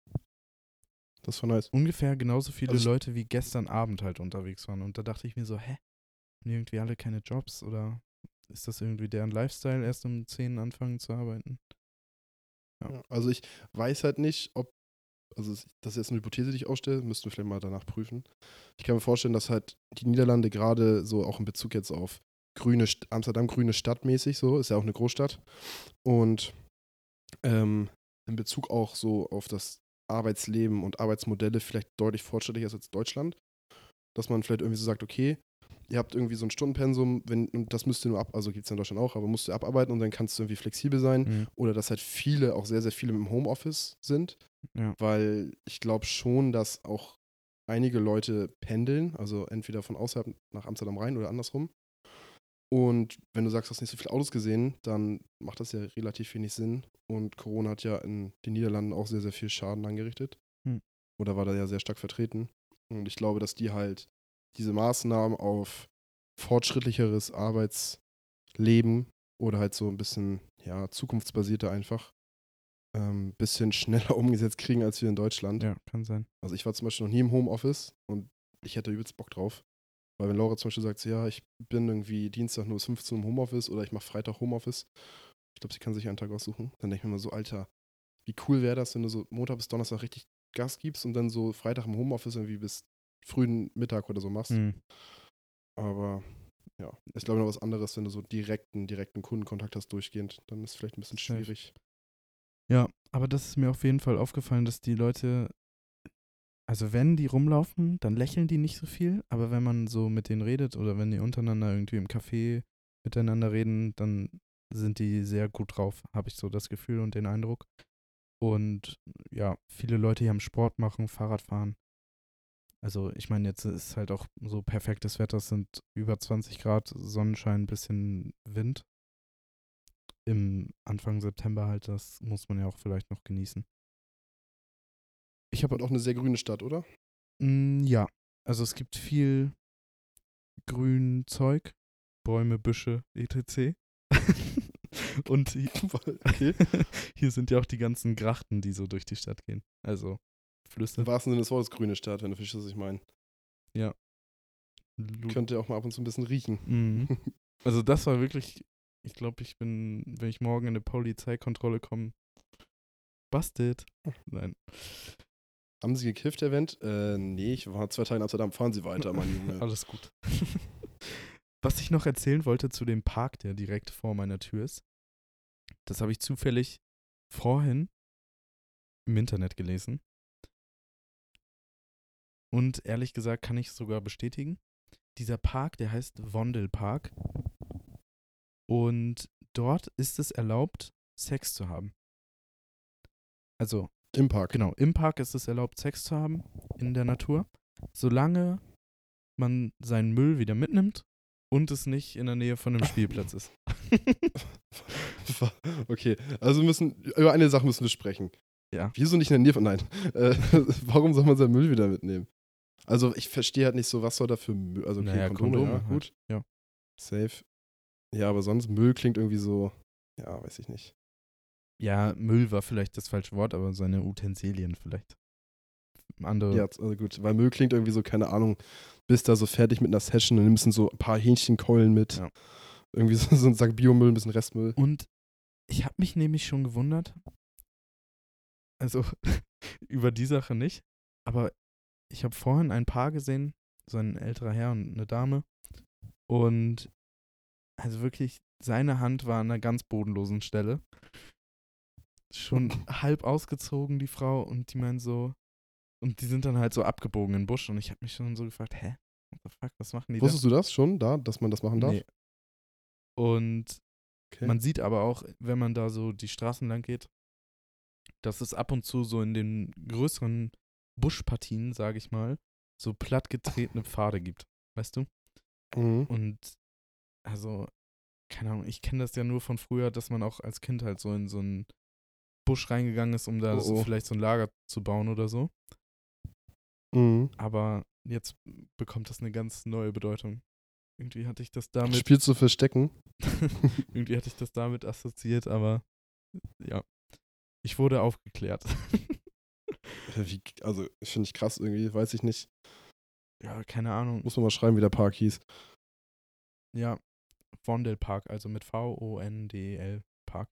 S2: Das war nice.
S1: ungefähr genauso viele
S2: Also ich-
S1: Leute wie gestern Abend halt unterwegs waren. Und da dachte ich mir so, hä? Haben die irgendwie alle keine Jobs oder ist das irgendwie deren Lifestyle, erst um 10 anfangen zu arbeiten? Ja.
S2: Ja, Also ich weiß halt nicht, ob, also es- das ist jetzt eine Hypothese, die ich ausstelle, müssten wir vielleicht mal danach prüfen. Ich kann mir vorstellen, dass halt die Niederlande gerade so auch in Bezug jetzt auf grüne, St- Amsterdam grüne Stadt mäßig so, ist ja auch eine Großstadt. Und ähm, in Bezug auch so auf das Arbeitsleben und Arbeitsmodelle vielleicht deutlich fortschrittlicher ist als Deutschland. Dass man vielleicht irgendwie so sagt, okay, ihr habt irgendwie so ein Stundenpensum, wenn, und das müsst ihr nur ab, also gibt es in Deutschland auch, aber musst du abarbeiten und dann kannst du irgendwie flexibel sein.
S1: Mhm.
S2: Oder dass halt viele, auch sehr, sehr viele im Homeoffice sind.
S1: Ja.
S2: Weil ich glaube schon, dass auch einige Leute pendeln, also entweder von außerhalb nach Amsterdam rein oder andersrum. Und wenn du sagst, du hast nicht so viele Autos gesehen, dann macht das ja relativ wenig Sinn. Und Corona hat ja in den Niederlanden auch sehr, sehr viel Schaden angerichtet.
S1: Hm.
S2: Oder war da ja sehr stark vertreten. Und ich glaube, dass die halt diese Maßnahmen auf fortschrittlicheres Arbeitsleben oder halt so ein bisschen, ja, zukunftsbasierter einfach, ein ähm, bisschen schneller umgesetzt kriegen als wir in Deutschland.
S1: ja, kann sein.
S2: Also ich war zum Beispiel noch nie im Homeoffice und ich hätte übelst Bock drauf. Weil wenn Laura zum Beispiel sagt, so, ja, ich bin irgendwie Dienstag nur bis 15 Uhr im Homeoffice oder ich mache Freitag Homeoffice, ich glaube, sie kann sich einen Tag aussuchen. Dann denke ich mir immer so, Alter, wie cool wäre das, wenn du so Montag bis Donnerstag richtig Gas gibst und dann so Freitag im Homeoffice irgendwie bis frühen Mittag oder so machst.
S1: Mhm.
S2: Aber ja, ist glaube ich noch was anderes, wenn du so direkten, direkten Kundenkontakt hast durchgehend, dann ist es vielleicht ein bisschen
S1: Safe.
S2: schwierig.
S1: Ja, aber das ist mir auf jeden Fall aufgefallen, dass die Leute, also wenn die rumlaufen, dann lächeln die nicht so viel, aber wenn man so mit denen redet oder wenn die untereinander irgendwie im Café miteinander reden, dann sind die sehr gut drauf, habe ich so das Gefühl und den Eindruck. Und ja, viele Leute hier am Sport machen, Fahrrad fahren. Also ich meine, jetzt ist halt auch so perfektes Wetter, es sind über 20 Grad, Sonnenschein, bisschen Wind im Anfang September halt, das muss man ja auch vielleicht noch genießen. Ich habe
S2: Und auch eine sehr grüne Stadt, oder?
S1: Mm, Ja, also es gibt viel grün Zeug, Bäume, Büsche, etc. Und hi-
S2: okay.
S1: hier sind ja auch die ganzen Grachten, die so durch die Stadt gehen. Also Flüsse.
S2: Im wahrsten Sinne des Wortes grüne Stadt, wenn du verstehst, was ich meine.
S1: Lu-
S2: Könnt ihr auch mal ab und zu ein bisschen riechen.
S1: Mhm. Also das war wirklich, ich glaube, ich bin, wenn ich morgen in eine Polizeikontrolle komme, bastet. Nein.
S2: Haben Sie gekifft, erwähnt? Äh, nee, ich war zwei Tage in Amsterdam. Fahren Sie weiter, mein Junge.
S1: Alles gut. Was ich noch erzählen wollte zu dem Park, der direkt vor meiner Tür ist, das habe ich zufällig vorhin im Internet gelesen. Und ehrlich gesagt kann ich es sogar bestätigen. Dieser Park, der heißt Wondelpark. Und dort ist es erlaubt, Sex zu haben. Also
S2: Im Park.
S1: Genau, im Park ist es erlaubt, Sex zu haben, in der Natur, solange man seinen Müll wieder mitnimmt und es nicht in der Nähe von einem Spielplatz ist.
S2: Okay, also wir müssen, über eine Sache müssen wir sprechen.
S1: Ja.
S2: Wieso nicht in der Nähe von, nein. Äh, warum soll man seinen Müll wieder mitnehmen? Also ich verstehe halt nicht so, was soll da für Müll, also okay,
S1: Naja,
S2: Kondome,
S1: Kondome
S2: ja,
S1: halt.
S2: gut.
S1: Ja.
S2: Safe. Ja, aber sonst Müll klingt irgendwie so, ja, weiß ich nicht.
S1: Ja, Müll war vielleicht das falsche Wort, aber seine Utensilien vielleicht. Andere.
S2: Ja, also gut, weil Müll klingt irgendwie so, keine Ahnung, bist da so fertig mit einer Session und nimmst dann so ein paar Hähnchenkeulen mit.
S1: Ja.
S2: Irgendwie so, so ein Sack Biomüll, ein bisschen Restmüll.
S1: Und ich habe mich nämlich schon gewundert, also über die Sache nicht, aber ich habe vorhin ein Paar gesehen, so ein älterer Herr und eine Dame. Und also wirklich, seine Hand war an einer ganz bodenlosen Stelle. Schon halb ausgezogen, die Frau, und die meinen so, und die sind dann halt so abgebogen in den Busch. Und ich habe mich schon so gefragt, hä? What the fuck, was machen die da?
S2: Wusstest du das schon, da, dass man das machen darf?
S1: Nee. Und
S2: Okay.
S1: man sieht aber auch, wenn man da so die Straßen lang geht, dass es ab und zu so in den größeren Buschpartien, sage ich mal, so plattgetretene Pfade gibt. Weißt du?
S2: mhm.
S1: Und also, keine Ahnung, ich kenne das ja nur von früher, dass man auch als Kind halt so in so einen Busch reingegangen ist, um da
S2: Oh,
S1: so
S2: oh.
S1: vielleicht so ein Lager zu bauen oder so.
S2: Mhm.
S1: Aber jetzt bekommt das eine ganz neue Bedeutung. Irgendwie hatte ich das damit
S2: Spiel zu verstecken.
S1: Irgendwie hatte ich das damit assoziiert, aber ja. Ich wurde aufgeklärt.
S2: Wie, also, finde ich krass irgendwie, weiß ich nicht.
S1: ja, keine Ahnung.
S2: Muss man mal schreiben, wie der Park hieß.
S1: Ja, Vondelpark, also mit V-O-N-D-E-L Park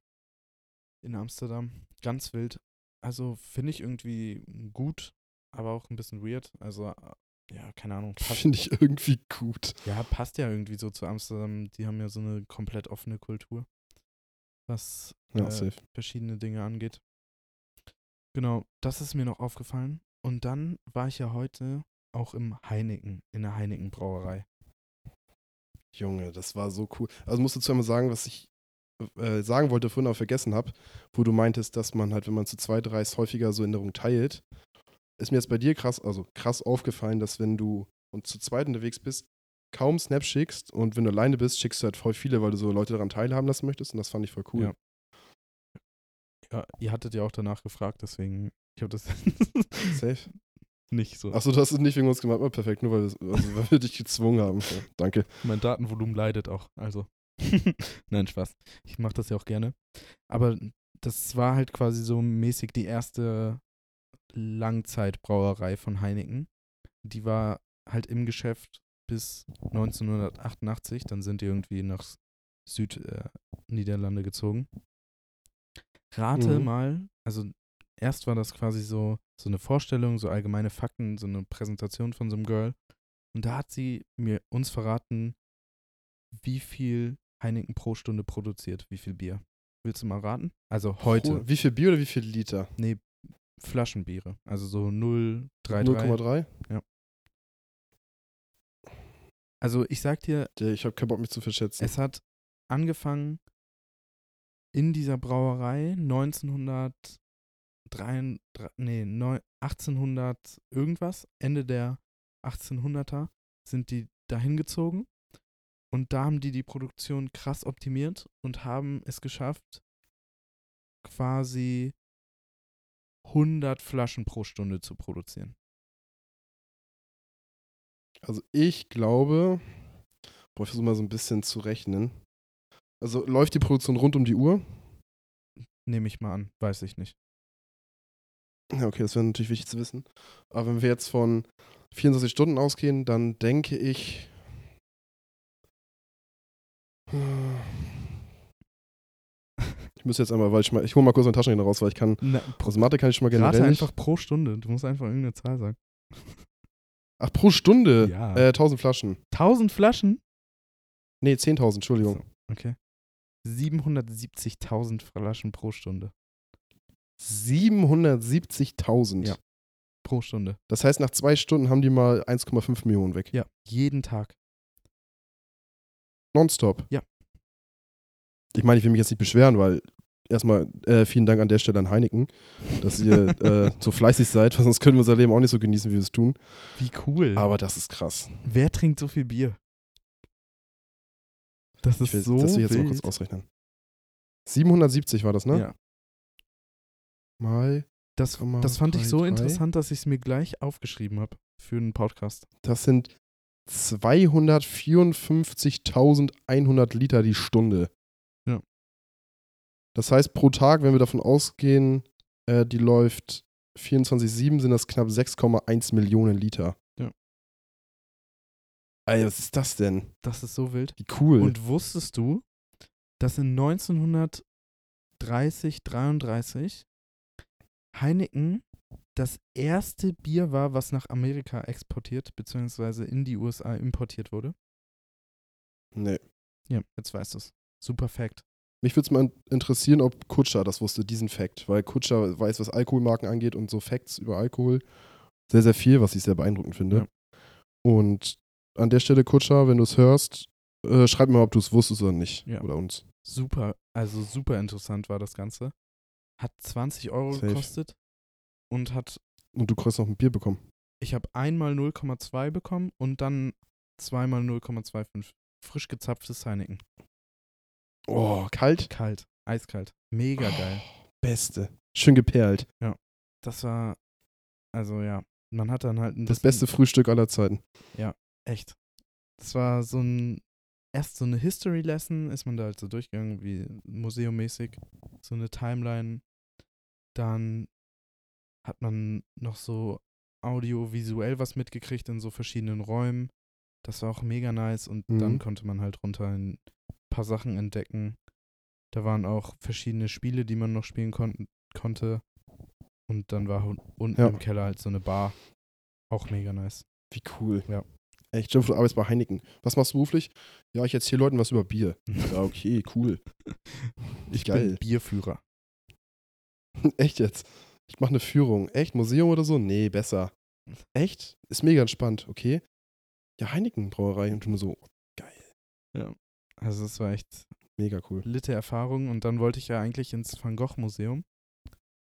S1: in Amsterdam. Ganz wild. Also finde ich irgendwie gut, aber auch ein bisschen weird. Also, ja, keine Ahnung. Passt,
S2: Finde ich irgendwie gut.
S1: ja, passt ja irgendwie so zu Amsterdam. Die haben ja so eine komplett offene Kultur. Was
S2: Ja,
S1: Äh,
S2: safe.
S1: verschiedene Dinge angeht. Genau, das ist mir noch aufgefallen. Und dann war ich ja heute auch im Heineken, in der Heineken Brauerei.
S2: Junge, das war so cool. Also musst du zweimal sagen, was ich äh, sagen wollte, vorhin aber vergessen habe, wo du meintest, dass man halt, wenn man zu zweit reist, häufiger so Erinnerungen teilt. Ist mir jetzt bei dir krass, also krass aufgefallen, dass wenn du und zu zweit unterwegs bist, kaum Snaps schickst und wenn du alleine bist, schickst du halt voll viele, weil du so Leute daran teilhaben lassen möchtest und das fand ich voll cool.
S1: Ja. Ja, ihr hattet ja auch danach gefragt, deswegen, ich habe das
S2: Safe.
S1: nicht so.
S2: Achso, das ist nicht wegen uns gemacht, aber perfekt, nur weil, wir- also, weil wir dich gezwungen haben. Ja, danke.
S1: Mein Datenvolumen leidet auch, also. Nein, Spaß. Ich mache das ja auch gerne. Aber das war halt quasi so mäßig die erste Langzeitbrauerei von Heineken. Die war halt im Geschäft bis 1988. Dann sind die irgendwie nach Südniederlande äh, Niederlande gezogen. Rate
S2: Mhm.
S1: mal, also erst war das quasi so, so eine Vorstellung, so allgemeine Fakten, so eine Präsentation von so einem Girl. Und da hat sie mir uns verraten, wie viel Heineken pro Stunde produziert, wie viel Bier. Willst du mal raten? Also heute
S2: Pro- Wie viel Bier oder wie viel Liter?
S1: Flaschenbiere, also so 0,33.
S2: 0,3?
S1: Also ich sag dir,
S2: Der- Ich habe keinen Bock, mich zu verschätzen.
S1: Es hat angefangen in dieser Brauerei 1903, nee, neu- 1800 irgendwas, Ende der 1800er sind die dahin gezogen und da haben die die Produktion krass optimiert und haben es geschafft, quasi 100 Flaschen pro Stunde zu produzieren.
S2: Also ich glaube, boah, ich versuche mal so ein bisschen zu rechnen. Also läuft die Produktion rund um die Uhr?
S1: Nehme ich mal an, weiß ich nicht.
S2: Ja, okay, das wäre natürlich wichtig zu wissen. Aber wenn wir jetzt von 24 Stunden ausgehen, dann denke ich. Ich muss jetzt einmal, weil ich mal, ich hole mal kurz meinen Taschenrechner raus, weil ich kann,
S1: Na,
S2: aus Mathe kann ich schon mal generell
S1: rate
S2: nicht.
S1: einfach pro Stunde, du musst einfach irgendeine Zahl sagen.
S2: Ach, pro Stunde?
S1: Ja.
S2: Äh, 1000 Flaschen.
S1: 1000 Flaschen?
S2: Nee, 10.000, Entschuldigung.
S1: Okay. 770.000 Flaschen pro Stunde.
S2: 770.000.
S1: Ja. Pro Stunde.
S2: Das heißt, nach zwei Stunden haben die mal 1,5 Millionen weg.
S1: Ja. Jeden Tag.
S2: Nonstop.
S1: Ja.
S2: Ich meine, ich will mich jetzt nicht beschweren, weil erstmal äh, vielen Dank an der Stelle an Heineken, dass ihr äh, so fleißig seid, weil sonst können wir unser Leben auch nicht so genießen, wie wir es tun.
S1: Wie cool.
S2: Aber das ist krass.
S1: Wer trinkt so viel Bier? Das ist
S2: Ich will,
S1: so
S2: das will ich jetzt mal
S1: wild.
S2: kurz ausrechnen. 770 war das, ne?
S1: ja.
S2: Mal,
S1: das,
S2: Komma,
S1: das fand
S2: drei,
S1: ich so
S2: drei.
S1: interessant, dass ich es mir gleich aufgeschrieben habe für einen Podcast.
S2: das sind 254.100 Liter die Stunde.
S1: Ja.
S2: Das heißt, pro Tag, wenn wir davon ausgehen, äh, die läuft 24,7, sind das knapp 6,1 Millionen Liter.
S1: Ja.
S2: Ey, was ist das denn?
S1: Das ist so wild.
S2: Wie cool.
S1: Und wusstest du, dass in 1930, 33 Heineken das erste Bier war, was nach Amerika exportiert bzw. in die USA importiert wurde?
S2: nee.
S1: Ja, jetzt weißt du es. Super Fact.
S2: Mich würde es mal in- interessieren, ob Kutscher das wusste, diesen Fact. Weil Kutscher weiß, was Alkoholmarken angeht und so Facts über Alkohol. Sehr, sehr viel, was ich sehr beeindruckend finde.
S1: Ja.
S2: Und an der Stelle, Kutscher, wenn du es hörst, äh, schreib mir mal, ob du es wusstest oder nicht.
S1: Ja.
S2: Oder uns.
S1: Super, also super interessant war das Ganze. Hat 20 Euro
S2: Safe.
S1: gekostet und hat
S2: Und du kriegst noch ein Bier bekommen.
S1: Ich habe einmal 0,2 bekommen und dann zweimal 0,25. Frisch gezapftes Heineken.
S2: Oh, kalt.
S1: Kalt, eiskalt. Mega geil.
S2: Oh, Beste. Schön geperlt.
S1: Das war, also ja, man hat dann halt ein
S2: Das
S1: bisschen-
S2: beste Frühstück aller Zeiten.
S1: Echt. Das war so ein, erst so eine History Lesson, ist man da halt so durchgegangen, wie museummäßig, so eine Timeline. Dann hat man noch so audiovisuell was mitgekriegt in so verschiedenen Räumen. Das war auch mega nice und
S2: Mhm.
S1: dann konnte man halt runter ein paar Sachen entdecken. Da waren auch verschiedene Spiele, die man noch spielen kon konnte. Und dann war hun- unten
S2: Ja.
S1: im Keller halt so eine Bar. Auch mega nice.
S2: Wie cool.
S1: Ja.
S2: Ey, Ich glaube, du arbeitest bei Heineken. Was machst du beruflich? Ja, ich erzähle Leuten was über Bier. Ja, okay, cool.
S1: Ich
S2: Geil.
S1: bin Bierführer.
S2: Echt jetzt? Ich mache eine Führung. Echt? Museum oder so? Nee, besser. Echt? Ist mega entspannt, okay? Ja, Heineken Brauerei. Und du nur so, geil.
S1: Also es war echt
S2: Mega cool.
S1: litte Erfahrung und dann wollte ich ja eigentlich ins Van Gogh Museum.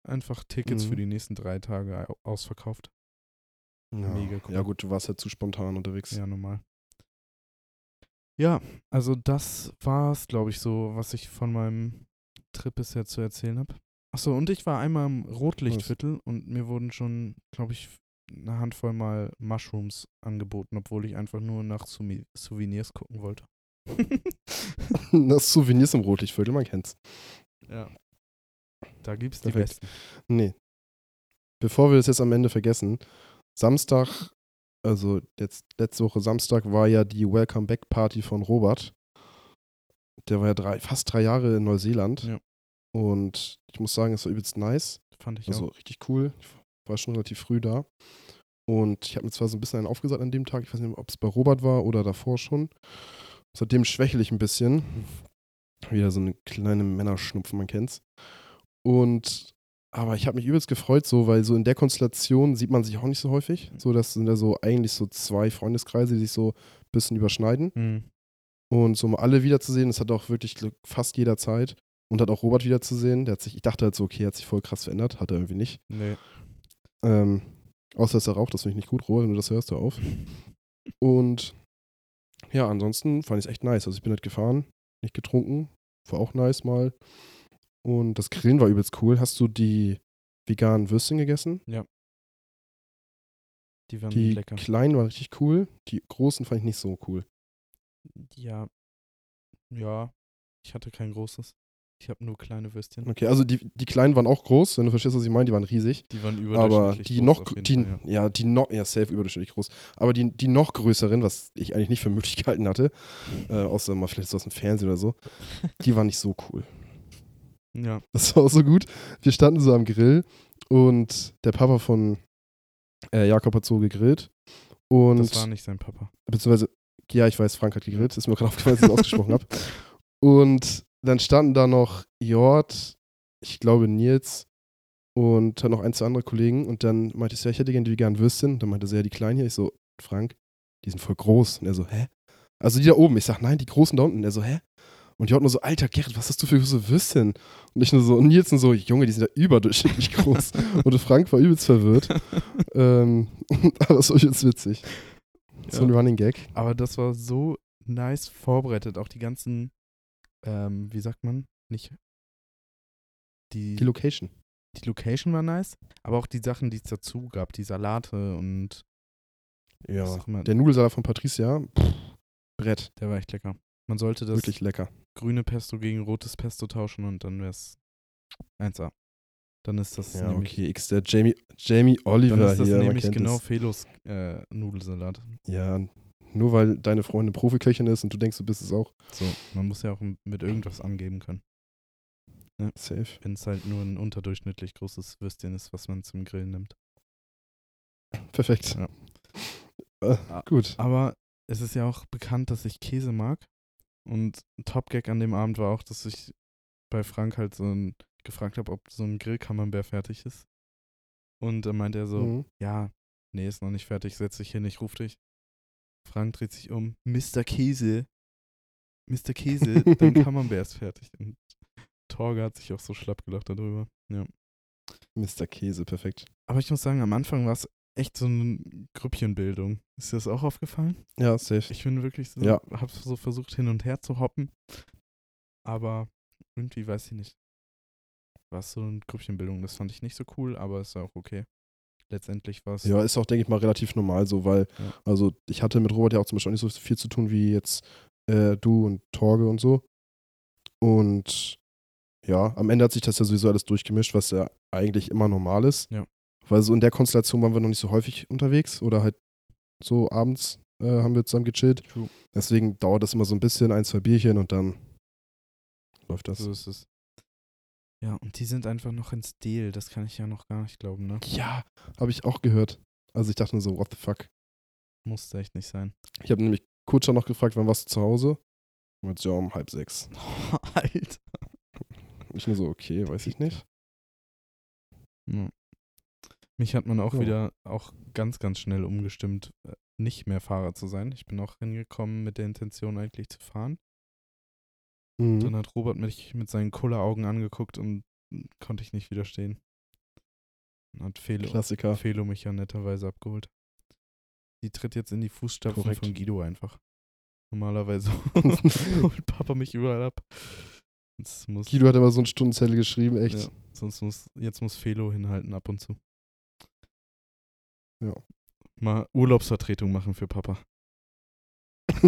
S1: Einfach Tickets
S2: Mhm.
S1: für die nächsten drei Tage au- ausverkauft.
S2: Ja.
S1: Mega cool.
S2: Ja, gut, du warst halt zu spontan unterwegs.
S1: Ja, normal. Ja, also das war's, glaube ich, so, was ich von meinem Trip bisher zu erzählen habe. Achso, und ich war einmal im Rotlichtviertel und mir wurden schon, glaube ich, eine Handvoll mal Mushrooms angeboten, obwohl ich einfach nur nach Sumi Souvenirs gucken wollte.
S2: Das Souvenirs im Rotlichtviertel, man kennt's.
S1: ja. Da gibt's die
S2: Perfekt.
S1: besten.
S2: Nee. Bevor wir das jetzt am Ende vergessen, Samstag, also jetzt, letzte Woche Samstag war ja die Welcome Back Party von Robert. Der war ja drei, fast drei Jahre in Neuseeland.
S1: Ja.
S2: Und ich muss sagen, es war übelst nice.
S1: Fand ich
S2: Also
S1: auch.
S2: richtig cool. Ich war schon relativ früh da. Und ich habe mir zwar so ein bisschen einen aufgesagt an dem Tag. Ich weiß nicht, ob es bei Robert war oder davor schon. Seitdem schwächel ich ein bisschen. Wieder so eine kleine Männerschnupfen, man kennt's. Und aber ich habe mich übelst gefreut, so, weil so in der Konstellation sieht man sich auch nicht so häufig. So, das sind ja so eigentlich so zwei Freundeskreise, die sich so ein bisschen überschneiden.
S1: Mhm.
S2: Und so, um alle wiederzusehen, das hat auch wirklich Glück, fast jeder Zeit. Und hat auch Robert wiederzusehen. Der hat sich, ich dachte halt so, okay, er hat sich voll krass verändert, hat er irgendwie nicht.
S1: Nee.
S2: Ähm, außer dass er raucht, das finde ich nicht gut, Robert, wenn du das hörst, hör auf. Und ja, ansonsten fand ich es echt nice. Also ich bin halt gefahren, nicht getrunken, war auch nice mal. Und das Grillen war übelst cool. Hast du die veganen Würstchen gegessen?
S1: Die waren
S2: Die
S1: lecker.
S2: kleinen waren richtig cool, die großen fand ich nicht so cool.
S1: Ja. Ja. Ich hatte kein großes. Ich habe nur kleine Würstchen.
S2: Okay, also die, die kleinen waren auch groß, wenn du verstehst, was ich meine, die waren riesig.
S1: Die waren
S2: Aber
S1: überdurchschnittlich groß
S2: die noch,
S1: auf jeden
S2: die,
S1: Fall,
S2: ja. die noch, ja, safe überdurchschnittlich groß. Aber die, die noch größeren, was ich eigentlich nicht für möglich gehalten hatte, äh, außer mal vielleicht so aus dem Fernsehen oder so, die waren nicht so cool.
S1: ja.
S2: Das war auch so gut. Wir standen so am Grill und der Papa von äh, Jakob hat so gegrillt.
S1: ja.
S2: Und
S1: Das war nicht sein Papa.
S2: beziehungsweise, ja, ich weiß, Frank hat gegrillt, ist mir gerade aufgefallen, dass ich es ausgesprochen habe. Und dann standen da noch Jord, ich glaube Nils und dann noch ein, zwei andere Kollegen. Und dann meinte ich, so, ja, ich hätte gerne die veganen Würstchen. Und dann meinte sie, ja, die kleinen hier. Ich so, Frank, die sind voll groß. Und er so, hä? Also die da oben. Ich sag, nein, die großen da unten. Und er so, hä? Und Jord nur so, alter Gerrit, was hast du für große Würstchen? Und ich nur so, und Nils nur so, Junge, die sind ja überdurchschnittlich groß. und Frank war übelst verwirrt. ähm, aber es war übelst witzig. So ein
S1: Ja.
S2: Running Gag.
S1: Aber das war so nice vorbereitet. Auch die ganzen, ähm, wie sagt man, nicht. Die,
S2: Die
S1: die,
S2: Location.
S1: Location war nice, aber auch die Sachen, die es dazu gab, die Salate und was auch immer.
S2: Der Nudelsalat von Patricia, pff, Brett,
S1: der war echt lecker. Man sollte das
S2: wirklich lecker.
S1: grüne Pesto gegen rotes Pesto tauschen und dann wär's 1A. Dann ist das
S2: Ja,
S1: nämlich,
S2: okay, X, der Jamie, Jamie
S1: dann
S2: Oliver
S1: ist das
S2: hier, man
S1: nämlich
S2: kennt
S1: genau
S2: genau.
S1: Felos äh, Nudelsalat.
S2: es. Ja, nur weil deine Freundin Profiköchin ist und du denkst, du bist es auch.
S1: So, man muss ja auch m- mit irgendwas angeben können.
S2: Safe.
S1: Wenn es halt nur ein unterdurchschnittlich großes Würstchen ist, was man zum Grillen nimmt.
S2: Perfekt.
S1: Ja.
S2: Äh,
S1: Ah.
S2: gut.
S1: Aber es ist ja auch bekannt, dass ich Käse mag. Und ein Top-Gag an dem Abend war auch, dass ich bei Frank halt so ein, gefragt habe, ob so ein Grillkammerbeer fertig ist. Und dann meinte er so,
S2: Mhm.
S1: ja, nee, ist noch nicht fertig, setz dich hin, ich ruf dich. Frank dreht sich um, Mr. Käse, Mr. Käse, dein Camembert ist fertig. Und Torge hat sich auch so schlapp gelacht darüber. Ja.
S2: Mr. Käse, perfekt.
S1: Aber ich muss sagen, am Anfang war es echt so eine Grüppchenbildung. Ist dir das auch aufgefallen?
S2: Ja, safe.
S1: Ich bin wirklich so,
S2: Ja.
S1: hab so versucht hin und her zu hoppen. Aber irgendwie weiß ich nicht. War so eine Grüppchenbildung. Das fand ich nicht so cool, aber ist auch okay. Letztendlich war es.
S2: Ja, ist auch, denke ich mal, relativ normal so, weil,
S1: Ja.
S2: also ich hatte mit Robert ja auch zum Beispiel auch nicht so viel zu tun wie jetzt äh, du und Torge und so. Und ja, am Ende hat sich das ja sowieso alles durchgemischt, was ja eigentlich immer normal ist.
S1: Ja.
S2: Weil so in der Konstellation waren wir noch nicht so häufig unterwegs oder halt so abends äh, haben wir zusammen gechillt.
S1: True.
S2: Deswegen dauert das immer so ein bisschen, ein, zwei Bierchen und dann läuft das.
S1: So ist es. Ja, und die sind einfach noch in Stil. Das kann ich ja noch gar nicht glauben, ne?
S2: Ja, habe ich auch gehört. Also ich dachte nur so, what the fuck.
S1: Muss echt nicht sein.
S2: Ich habe nämlich kurz schon noch gefragt, wann warst du zu Hause? Und jetzt ja um halb sechs.
S1: Alter.
S2: Ich nur so, okay, weiß ich nicht.
S1: Ja. Mich hat man auch
S2: Ja.
S1: wieder auch ganz, ganz schnell umgestimmt, äh, nicht mehr Fahrer zu sein. Ich bin auch hingekommen mit der Intention, eigentlich zu fahren. Dann
S2: Mhm.
S1: hat Robert mich mit seinen Kulleraugen angeguckt und konnte ich nicht widerstehen. Und hat Felo,
S2: Klassiker.
S1: Felo mich ja netterweise abgeholt. Die tritt jetzt in die Fußstapfen
S2: Korrekt.
S1: von Guido einfach. Normalerweise holt Papa mich überall ab. Jetzt muss,
S2: Guido hat aber so einen Stundenzettel geschrieben, echt.
S1: Ja, sonst muss, jetzt muss Felo hinhalten ab und zu.
S2: Ja.
S1: Mal Urlaubsvertretung machen für Papa.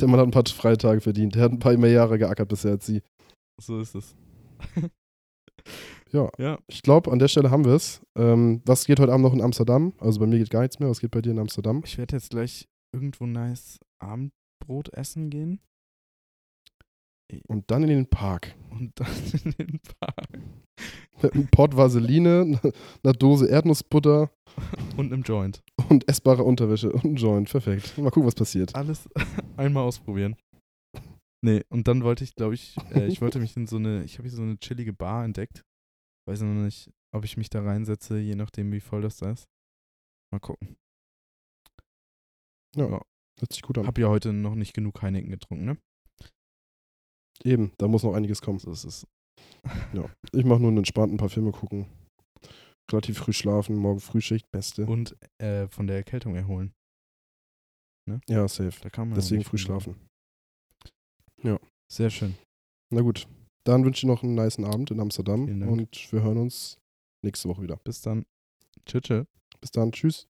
S2: Der Mann hat ein paar Freitage verdient. Der hat ein paar mehr Jahre geackert bisher als sie.
S1: So ist es.
S2: Ja.
S1: Ja.
S2: Ich glaube, an der Stelle haben wir es. Ähm, was geht heute Abend noch in Amsterdam? Also bei mir geht gar nichts mehr. Was geht bei dir in Amsterdam?
S1: Ich werde jetzt gleich irgendwo nice Abendbrot essen gehen
S2: Und dann in den Park.
S1: und dann in den Park
S2: Mit einem Pott Vaseline, einer Dose Erdnussbutter
S1: und im Joint.
S2: und essbare Unterwäsche und ein Joint. Perfekt. Mal gucken, was passiert.
S1: Alles einmal ausprobieren. Nee, und dann wollte ich, glaube ich, äh, ich wollte mich in so eine, ich habe hier so eine chillige Bar entdeckt. Weiß noch nicht, ob ich mich da reinsetze, je nachdem, wie voll das da ist. Mal gucken.
S2: Ja. Hört sich gut an.
S1: Hab ja heute noch nicht genug Heineken getrunken, ne?
S2: Eben, da muss noch einiges kommen.
S1: So ist es.
S2: Ich mache nur einen entspannten paar Filme gucken. Relativ früh schlafen, morgen Frühschicht, beste.
S1: Und äh, von der Erkältung erholen.
S2: Ja, safe.
S1: Da kann man ja
S2: Deswegen
S1: nicht
S2: früh
S1: von-
S2: schlafen.
S1: Sehr schön.
S2: Na gut, dann wünsche ich noch einen niceen Abend in Amsterdam
S1: Vielen Dank.
S2: und wir hören uns nächste Woche wieder.
S1: Bis dann. Tschüss. tschüss.
S2: Bis dann, tschüss.